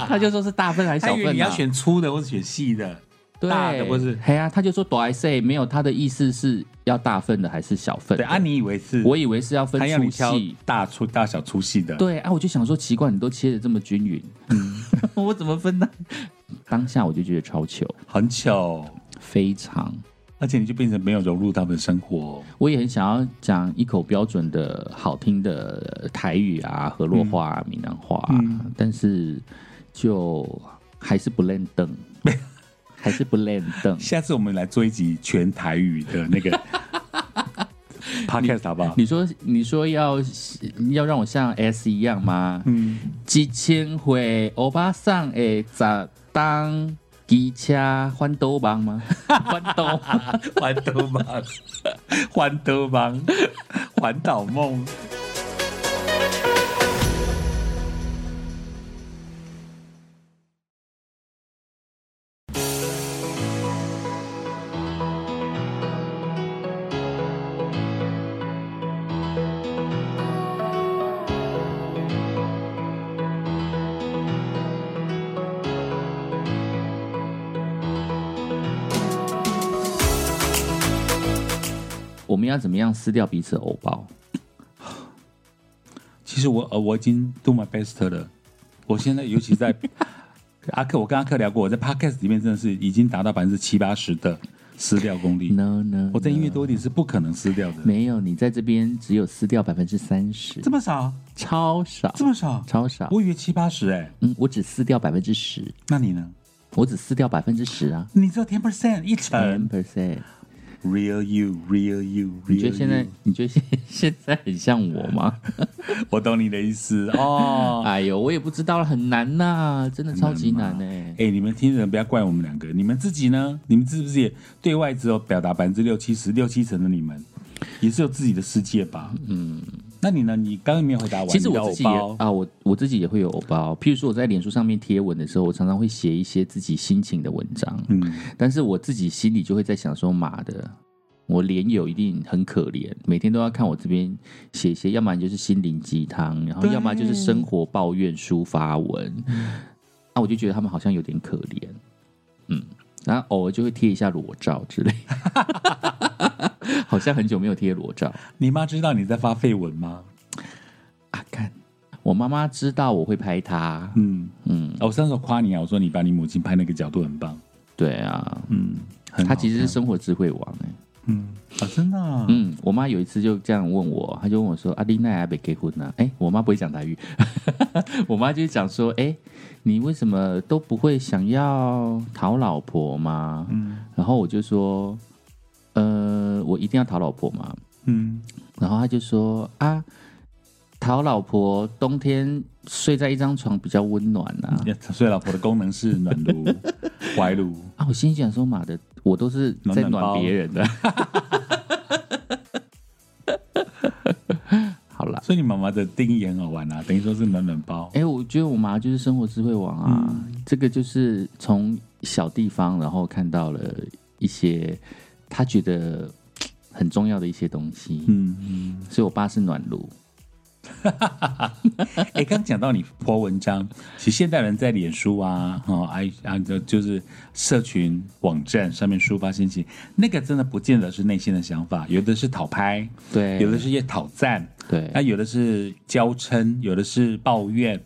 Speaker 2: 他就说是大份还是
Speaker 1: 他
Speaker 2: 小
Speaker 1: 以
Speaker 2: 份、
Speaker 1: 为
Speaker 2: 啊？
Speaker 1: 你要选粗的或者选细的，
Speaker 2: 对
Speaker 1: 大的不是
Speaker 2: 嘿啊，他就说短 S 没有，他的意思是要大份的还是小份的？
Speaker 1: 对啊，你以为是
Speaker 2: 我以为是要分
Speaker 1: 他要
Speaker 2: 粗
Speaker 1: 你挑
Speaker 2: 细。
Speaker 1: 大粗大小粗细的，
Speaker 2: 对啊，我就想说奇怪，你都切的这么均匀，
Speaker 1: 嗯
Speaker 2: 我怎么分呢？当下我就觉得超糗，
Speaker 1: 很糗，
Speaker 2: 非常。
Speaker 1: 而且你就变成没有融入他们的生 活。
Speaker 2: 我也很想要讲一口标准的好听的台语啊、河洛话、啊、闽南话、啊，
Speaker 1: 嗯
Speaker 2: 但是就还是不练 凳，还是不练凳。
Speaker 1: 下次我们来做一集全台语的那 个 podcast 好不好？
Speaker 2: 你说你说要要让我像 S 一样吗？嗯，几千回欧巴桑诶，咋当机车翻斗帮吗？ 翻斗
Speaker 1: 环岛 帮，环岛帮，环岛梦。
Speaker 2: 我们要怎么样撕掉彼此的欧包？
Speaker 1: 其实我呃我已经 do my best 了，我现在尤其 在阿克，我跟阿克聊过，我在 podcast 里面真的是已经达到百分之七八十的撕掉功力。
Speaker 2: ？No No，
Speaker 1: 我在音乐多一点是不可能撕掉的，
Speaker 2: 没有，你在这边只有撕掉百分之三十
Speaker 1: 这，么少，
Speaker 2: 超少，
Speaker 1: 这么少，
Speaker 2: 超少。
Speaker 1: 我以为七八十哎，
Speaker 2: 嗯，我只撕掉百分之十，
Speaker 1: 那你呢？
Speaker 2: 我只撕掉百分之十啊
Speaker 1: 你只有 ten percent 一
Speaker 2: ，ten
Speaker 1: 成
Speaker 2: percent。
Speaker 1: 呃，real you real you
Speaker 2: 你觉
Speaker 1: real
Speaker 2: 得现在
Speaker 1: you，
Speaker 2: 你觉得现现在很像我吗？
Speaker 1: 我懂你的意思哦。
Speaker 2: 哎呦，我也不知道了，很难呐、真的超级难哎、
Speaker 1: 哎、你们听人不要怪我们两个，你们自己呢？你们是不是也对外只有表达百分之六七十、六七成的你们，也是有自己的世界吧？嗯，那你呢？你刚刚没有回答完，
Speaker 2: 其实
Speaker 1: 你的
Speaker 2: 我
Speaker 1: 偶
Speaker 2: 自己也
Speaker 1: 包
Speaker 2: 啊，我我自己也会有偶包。譬如说我在脸书上面贴文的时候，我常常会写一些自己心情的文章，
Speaker 1: 嗯，
Speaker 2: 但是我自己心里就会在想说，妈的，我脸友一定很可怜，每天都要看我这边写一些，要么就是心灵鸡汤，然后
Speaker 1: 对
Speaker 2: 要么就是生活抱怨抒发文，
Speaker 1: 嗯
Speaker 2: 啊，我就觉得他们好像有点可怜，嗯，然后偶尔就会贴一下裸照之类， 好像很久没有贴裸照。
Speaker 1: 你妈知道你在发绯闻吗？
Speaker 2: 啊，看我妈妈知道我会拍她，
Speaker 1: 嗯，
Speaker 2: 嗯，
Speaker 1: 哦我上次有夸你啊，我说你把你母亲拍那个角度很棒，
Speaker 2: 对啊，
Speaker 1: 嗯，很好
Speaker 2: 她其实是生活智慧王哎、
Speaker 1: 嗯啊、真的、啊，
Speaker 2: 嗯，我妈有一次就这样问我，她就问我说：“阿啊丽奈还没结婚呢、哎、我妈不会讲台语， 我妈就讲说：“哎、你为什么都不会想要讨老婆吗？”
Speaker 1: 嗯
Speaker 2: 然后我就说：“呃，我一定要讨老婆吗？”
Speaker 1: 嗯，
Speaker 2: 然后他就说啊，讨老婆冬天睡在一张床比较温暖 啊。
Speaker 1: 所以老婆的功能是暖炉、 怀炉，
Speaker 2: 啊，我心想说妈的，我都是在
Speaker 1: 暖暖包
Speaker 2: 暖别人的。 好啦，
Speaker 1: 所以你妈妈的定义也很好玩啊，等于说是暖暖包。
Speaker 2: 哎、我觉得我妈就是生活智慧王啊，
Speaker 1: 嗯
Speaker 2: 这个就是从小地方，然后看到了一些她觉得很重要的一些东西。
Speaker 1: 嗯，嗯
Speaker 2: 所以我爸是暖炉，
Speaker 1: 哎，刚讲到你泼文章，其实现代人在脸书啊，哦，哎啊，就就是社群网站上面抒发心情，那个真的不见得是内心的想法，有的是讨拍，
Speaker 2: 对，
Speaker 1: 有的是也讨赞，
Speaker 2: 对
Speaker 1: 那，有的是娇嗔，有的是抱怨。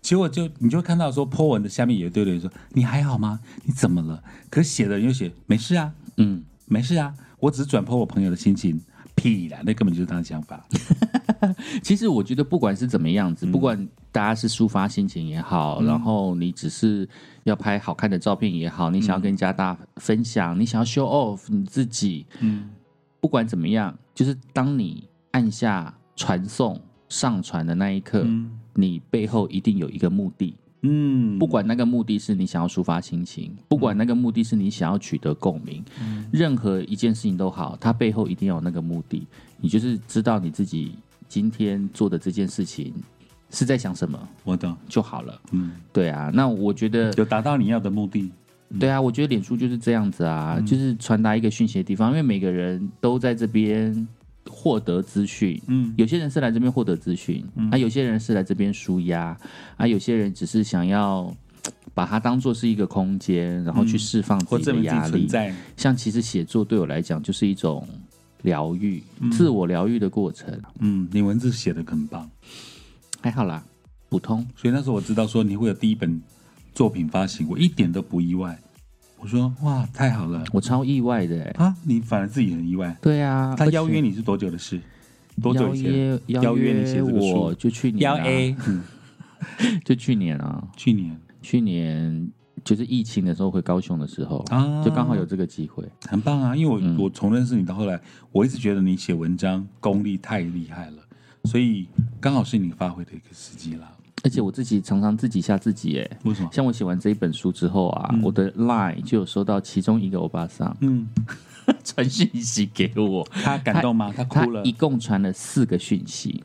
Speaker 1: 结果就你就会看到说，po 文的下面有一堆人说：“你还好吗？你怎么了？”可是写的人又写：“没事啊，
Speaker 2: 嗯，
Speaker 1: 没事啊，我只是转 po 我朋友的心情。”屁啦，那根本就是他的想法。
Speaker 2: 其实我觉得不管是怎么样子，不管大家是抒发心情也好，然后你只是要拍好看的照片也好，你想要跟家大家分享，你想要 show off 你自己，
Speaker 1: 嗯，
Speaker 2: 不管怎么样，就是当你按下传送上传的那一刻，
Speaker 1: 嗯
Speaker 2: 你背后一定有一个目的。
Speaker 1: 嗯，
Speaker 2: 不管那个目的是你想要抒发心情，不管那个目的是你想要取得共鸣，
Speaker 1: 嗯
Speaker 2: 任何一件事情都好，它背后一定要有那个目的。你就是知道你自己今天做的这件事情是在想什么
Speaker 1: 我懂，
Speaker 2: 就好了。
Speaker 1: 嗯，
Speaker 2: 对啊，那我觉得，
Speaker 1: 有达到你要的目的。
Speaker 2: 对啊，我觉得脸书就是这样子啊，
Speaker 1: 嗯
Speaker 2: 就是传达一个讯息的地方，因为每个人都在这边获得资讯，
Speaker 1: 嗯
Speaker 2: 有些人是来这边获得资讯，啊，有些人是来这边舒压，啊，有些人只是想要嘖把它当做是一个空间，然后去释放
Speaker 1: 嗯或
Speaker 2: 自
Speaker 1: 证
Speaker 2: 己的
Speaker 1: 明自
Speaker 2: 压
Speaker 1: 己
Speaker 2: 力。
Speaker 1: 存在。
Speaker 2: 像其实写作对我来讲就是一种疗愈、自我疗愈的过程，
Speaker 1: 嗯，你文字写的很棒，
Speaker 2: 还好啦，普通。
Speaker 1: 所以那时候我知道说你会有第一本作品发行，我一点都不意外。我说哇，太好了
Speaker 2: 我超意外的、欸，
Speaker 1: 啊！你反而自己很意外。
Speaker 2: 对啊，
Speaker 1: 他邀约
Speaker 2: 你
Speaker 1: 你是多久的事？多久以前？
Speaker 2: 邀
Speaker 1: 邀
Speaker 2: 约
Speaker 1: 约你写这个书
Speaker 2: 我就去年、
Speaker 1: 邀
Speaker 2: 啊、
Speaker 1: A，嗯
Speaker 2: 就去年啊，
Speaker 1: 去年
Speaker 2: 去年就是疫情的时候回高雄的时候，
Speaker 1: 啊
Speaker 2: 就刚好有嗯这个机会。
Speaker 1: 很棒啊！因为我、我从认识你到后来，我一直觉得你写文章功力太厉害了，所以刚好是你发挥的一个时机啦。
Speaker 2: 而且我自己常常自己吓自己，哎，
Speaker 1: 为什么？
Speaker 2: 像我写完这一本书之后啊，我的 Line 就有收到其中一个欧巴桑
Speaker 1: 嗯，
Speaker 2: 传讯息给我，
Speaker 1: 他感动吗？他
Speaker 2: 他
Speaker 1: 哭了
Speaker 2: 一？共传了四个讯息，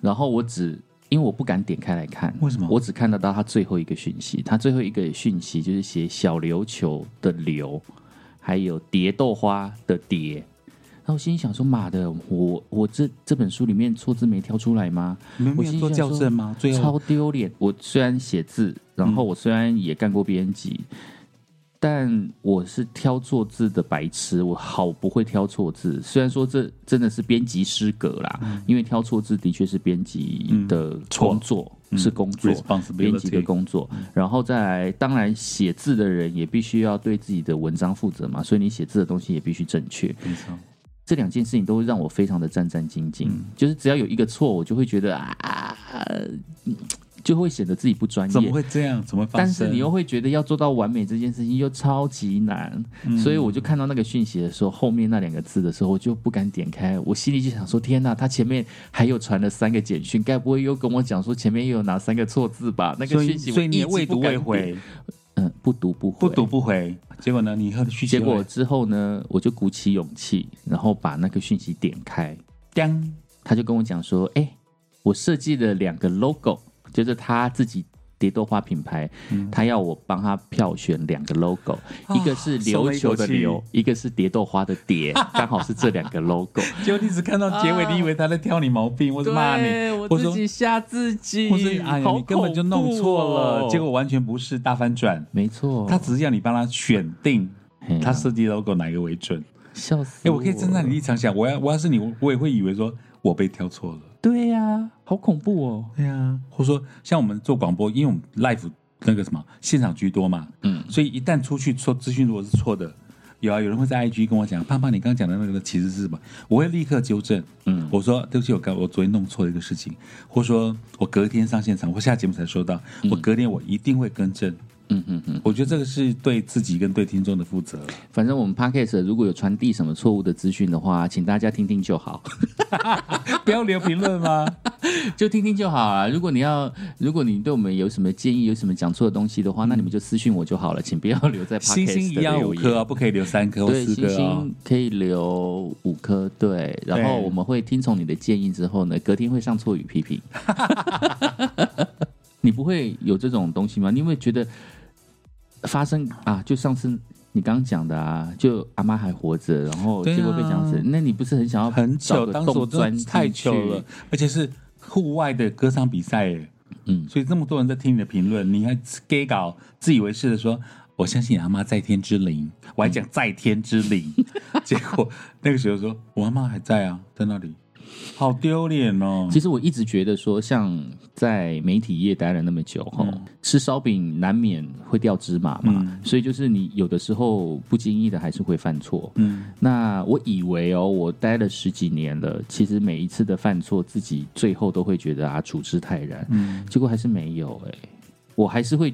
Speaker 2: 然后我只因为我不敢点开来看，
Speaker 1: 为什么
Speaker 2: 我只看得到他最后一个讯息，他最后一个讯息就是写小琉球的琉，还有蝶豆花的蝶。然后我心里想说：“妈的，我我这这本书里面错字没挑出来吗？
Speaker 1: 你们没
Speaker 2: 我
Speaker 1: 有
Speaker 2: 心
Speaker 1: 做
Speaker 2: 想
Speaker 1: 校
Speaker 2: 说
Speaker 1: 正吗？最后
Speaker 2: 超丢脸。我虽然写字，然
Speaker 1: 嗯
Speaker 2: 后我虽然也干过编辑，但我是挑错字的白痴，我好不会挑错字。虽然说这真的是编辑失格啦，
Speaker 1: 嗯
Speaker 2: 因为挑错字的确是编辑的
Speaker 1: 错嗯
Speaker 2: 工作，是工作。编辑
Speaker 1: responsibility，
Speaker 2: 的
Speaker 1: 嗯
Speaker 2: 工作，然后再来，当然写字的人也必须要对自己的文章负责嘛，所以你写字的东西也必须正确。
Speaker 1: 没错，
Speaker 2: 这两件事情都会让我非常的战战兢兢，
Speaker 1: 嗯
Speaker 2: 就是只要有一个错，我就会觉得啊，嗯就会显得自己不专
Speaker 1: 怎么
Speaker 2: 业。
Speaker 1: 会这样？怎么会发生？
Speaker 2: 但是你又会觉得要做到完美这件事情又超级难，
Speaker 1: 嗯
Speaker 2: 所以我就看到那个讯息的时候，后面那两个字的时候，我就不敢点开。我心里就想说：天呐，他前面还有传了三个简讯，该不会又跟我讲说前面又有哪三个错字吧？那
Speaker 1: 所
Speaker 2: 个
Speaker 1: 以
Speaker 2: 讯息
Speaker 1: 所以你也未读未
Speaker 2: 回，
Speaker 1: 回，
Speaker 2: 嗯，不读不回，
Speaker 1: 不读不回。结果呢？你以后的需
Speaker 2: 结
Speaker 1: 求
Speaker 2: 果之后呢，我就鼓起勇气，然后把那个讯息点开，
Speaker 1: 当
Speaker 2: 他就跟我讲说：“哎、我设计了两个 logo，就是他自己蝶豆花品牌，
Speaker 1: 嗯
Speaker 2: 他要我帮他票选两个 logo，、一个是琉球的
Speaker 1: 啊松了一
Speaker 2: 琉
Speaker 1: 口，
Speaker 2: 一个是蝶豆花的 蝶，刚好是这两个 logo。
Speaker 1: 结果你只看到结
Speaker 2: 啊
Speaker 1: 尾，你以为他在挑你毛病，或者骂你，
Speaker 2: 我
Speaker 1: 或者
Speaker 2: 自己吓自己，
Speaker 1: 或是哎呀，你根本就弄错了，
Speaker 2: 哦
Speaker 1: 结果完全不是大翻转。
Speaker 2: 没错，
Speaker 1: 他只是要你帮他选定
Speaker 2: 哦嘿哦啊
Speaker 1: 他设计 logo 哪一个为准。
Speaker 2: 笑死
Speaker 1: 哎，我可以站在你立场想，我要我要是你，我我也会以为说我被挑错了。
Speaker 2: 对呀、好恐怖哦，
Speaker 1: 对啊，或者说像我们做广播，因为我们 live 那个什么现场居多嘛，
Speaker 2: 嗯，
Speaker 1: 所以一旦出去说资讯如果是错的，有啊，有人会在 IG 跟我讲，胖胖你刚刚讲的那个其实是什么，我会立刻纠正，
Speaker 2: 嗯，
Speaker 1: 我说对不起，我刚我昨天弄错了一个事情，或说我隔天上现场或下节目才收到，我隔天我一定会更正，
Speaker 2: 嗯嗯嗯。
Speaker 1: 我觉得这个是对自己跟对听众的负责，
Speaker 2: 反正我们 podcast 如果有传递什么错误的资讯的话，请大家听听就好。
Speaker 1: 不要留评论 吗？
Speaker 2: 就听听就好啊。如果你要，如果你对我们有什么建议，有什么讲错的东西的话，那你们就私信我就好了，请不要留在 podcast
Speaker 1: 嗯 星星一
Speaker 2: 的
Speaker 1: 样
Speaker 2: 留
Speaker 1: 五
Speaker 2: 言
Speaker 1: 颗哦，不可以留三颗或
Speaker 2: 对，
Speaker 1: 四
Speaker 2: 星
Speaker 1: 颗哦。
Speaker 2: 星可以留五颗，对，然后
Speaker 1: 对
Speaker 2: 我们会听从你的建议之后呢，隔天会上错语 批评。你不会有这种东西吗？你会觉得发生啊？就上次你刚讲的啊，就阿妈还活着，然后
Speaker 1: 对啊
Speaker 2: 结果被讲死，那你不是很想要
Speaker 1: 很
Speaker 2: 找
Speaker 1: 糗，
Speaker 2: 个
Speaker 1: 当时我
Speaker 2: 洞
Speaker 1: 真
Speaker 2: 钻
Speaker 1: 的太
Speaker 2: 进去
Speaker 1: 糗了，而且是户外的歌唱比赛耶，
Speaker 2: 嗯
Speaker 1: 所以这么多人在听你的评论，你还 gay 搞自以为是的说。我相信你阿妈在天之灵，我还讲在天之 灵，结果那个时候说，我阿妈还在啊，在那里，好丢脸哦。
Speaker 2: 其实我一直觉得说，像在媒体业待了那么久哈、
Speaker 1: 嗯
Speaker 2: 吃烧饼难免会掉芝麻嘛，所以就是你有的时候不经意的还是会犯错。
Speaker 1: 嗯，
Speaker 2: 那我以为哦，我待了十几年了，其实每一次的犯错，自己最后都会觉得啊，处之泰然。
Speaker 1: 嗯
Speaker 2: 结果还是没有哎、我还是会，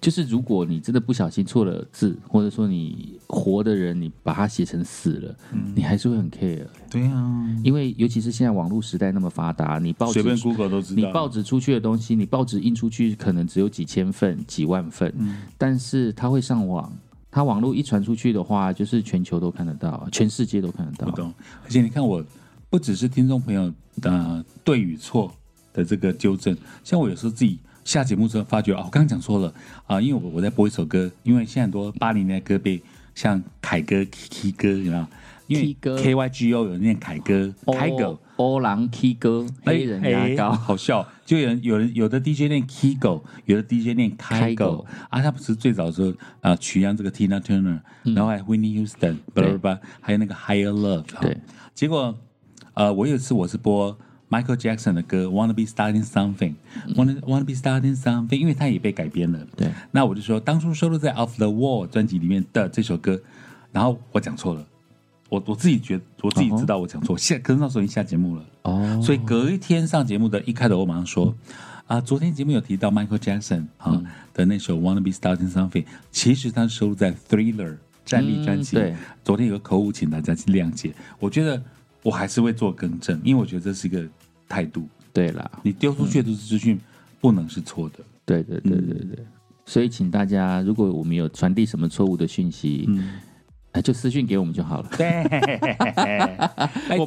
Speaker 2: 就是如果你真的不小心错了字，或者说你活的人你把它写成死了，
Speaker 1: 嗯
Speaker 2: 你还是会很 care，
Speaker 1: 对啊，
Speaker 2: 因为尤其是现在网络时代那么发达，你报
Speaker 1: 随
Speaker 2: 纸
Speaker 1: 便 Google 都知
Speaker 2: 你
Speaker 1: 道。
Speaker 2: 报纸出去的东西，你报纸印出去可能只有几千份、几万份，
Speaker 1: 嗯
Speaker 2: 但是它会上网，它网络一传出去的话，就是全球都看得到，全世界都看得
Speaker 1: 我
Speaker 2: 到。
Speaker 1: 懂。而且你看我，不只是听众朋友的、呃对与错的这个纠正，像我有时候自己下节目之后发觉，哦，我刚刚讲错了啊、因为我我在播一首歌，因为现在很多八零年代歌被像凯歌、K 歌，有没有？因为
Speaker 2: K 歌
Speaker 1: K Y G O 有人念凯歌、
Speaker 2: 哦
Speaker 1: 凯歌。
Speaker 2: 欧郎 K 哥，黑人牙
Speaker 1: 哎
Speaker 2: 膏，
Speaker 1: 好笑。就有人有人有的 DJ 念 Kigo，有的 DJ 念
Speaker 2: 开
Speaker 1: Kigo
Speaker 2: 狗
Speaker 1: 啊，他不是最早的时候啊、呃取样这个 Tina Turner，、然
Speaker 2: 嗯
Speaker 1: 后还有 Whitney Houston，巴拉巴拉，还有那个 Higher Love，啊
Speaker 2: 对。
Speaker 1: 结果呃，我有一次我是播 Michael Jackson 的歌《Wanna Be Starting Something》，Wanna Wanna Be Starting Something，因为它也被改编了。
Speaker 2: 嗯对，
Speaker 1: 那我就说当初收录在《Off the Wall》专辑里面的这首歌，然后我讲错了。我我自己觉我自己知道我讲错，下可是那时候已经下节目了，
Speaker 2: 哦，
Speaker 1: 所以隔一天上节目的一开头，我马上说，啊，昨天节目有提到 Michael Jackson 啊、
Speaker 2: 嗯
Speaker 1: 的那首《Wanna Be Starting Something》，其实它是收录在 Thriller 战力专辑。
Speaker 2: 嗯对，
Speaker 1: 昨天有个口误，请大家谅解。我觉得我还是会做更正，因为我觉得这是一个态度。
Speaker 2: 对啦，
Speaker 1: 你丢出去的资讯不能是错的。
Speaker 2: 对对对对
Speaker 1: 嗯
Speaker 2: 对，所以请大家，如果我们有传递什么错误的讯息，
Speaker 1: 嗯，
Speaker 2: 哎就私讯给我们就好了。
Speaker 1: 对，
Speaker 2: 我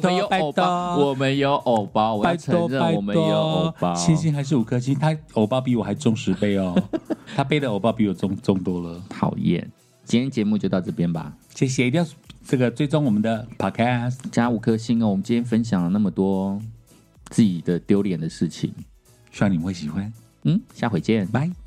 Speaker 1: 我
Speaker 2: 们有偶包，我们有偶包，我要
Speaker 1: 拜
Speaker 2: 承
Speaker 1: 托
Speaker 2: 认
Speaker 1: 拜
Speaker 2: 我们有偶
Speaker 1: 托，。
Speaker 2: 包
Speaker 1: 星星还是五颗星，他偶包比我还重十倍哦， 他背的偶包比我重重多了。
Speaker 2: 讨厌。今天节目就到这边吧，
Speaker 1: 谢谢，一定要这个追踪我们的 podcast。
Speaker 2: 加五颗星哦。我们今天分享了那么多自己的丢脸的事情，
Speaker 1: 希望你们会喜欢，
Speaker 2: 嗯，下回见，拜。
Speaker 1: 拜。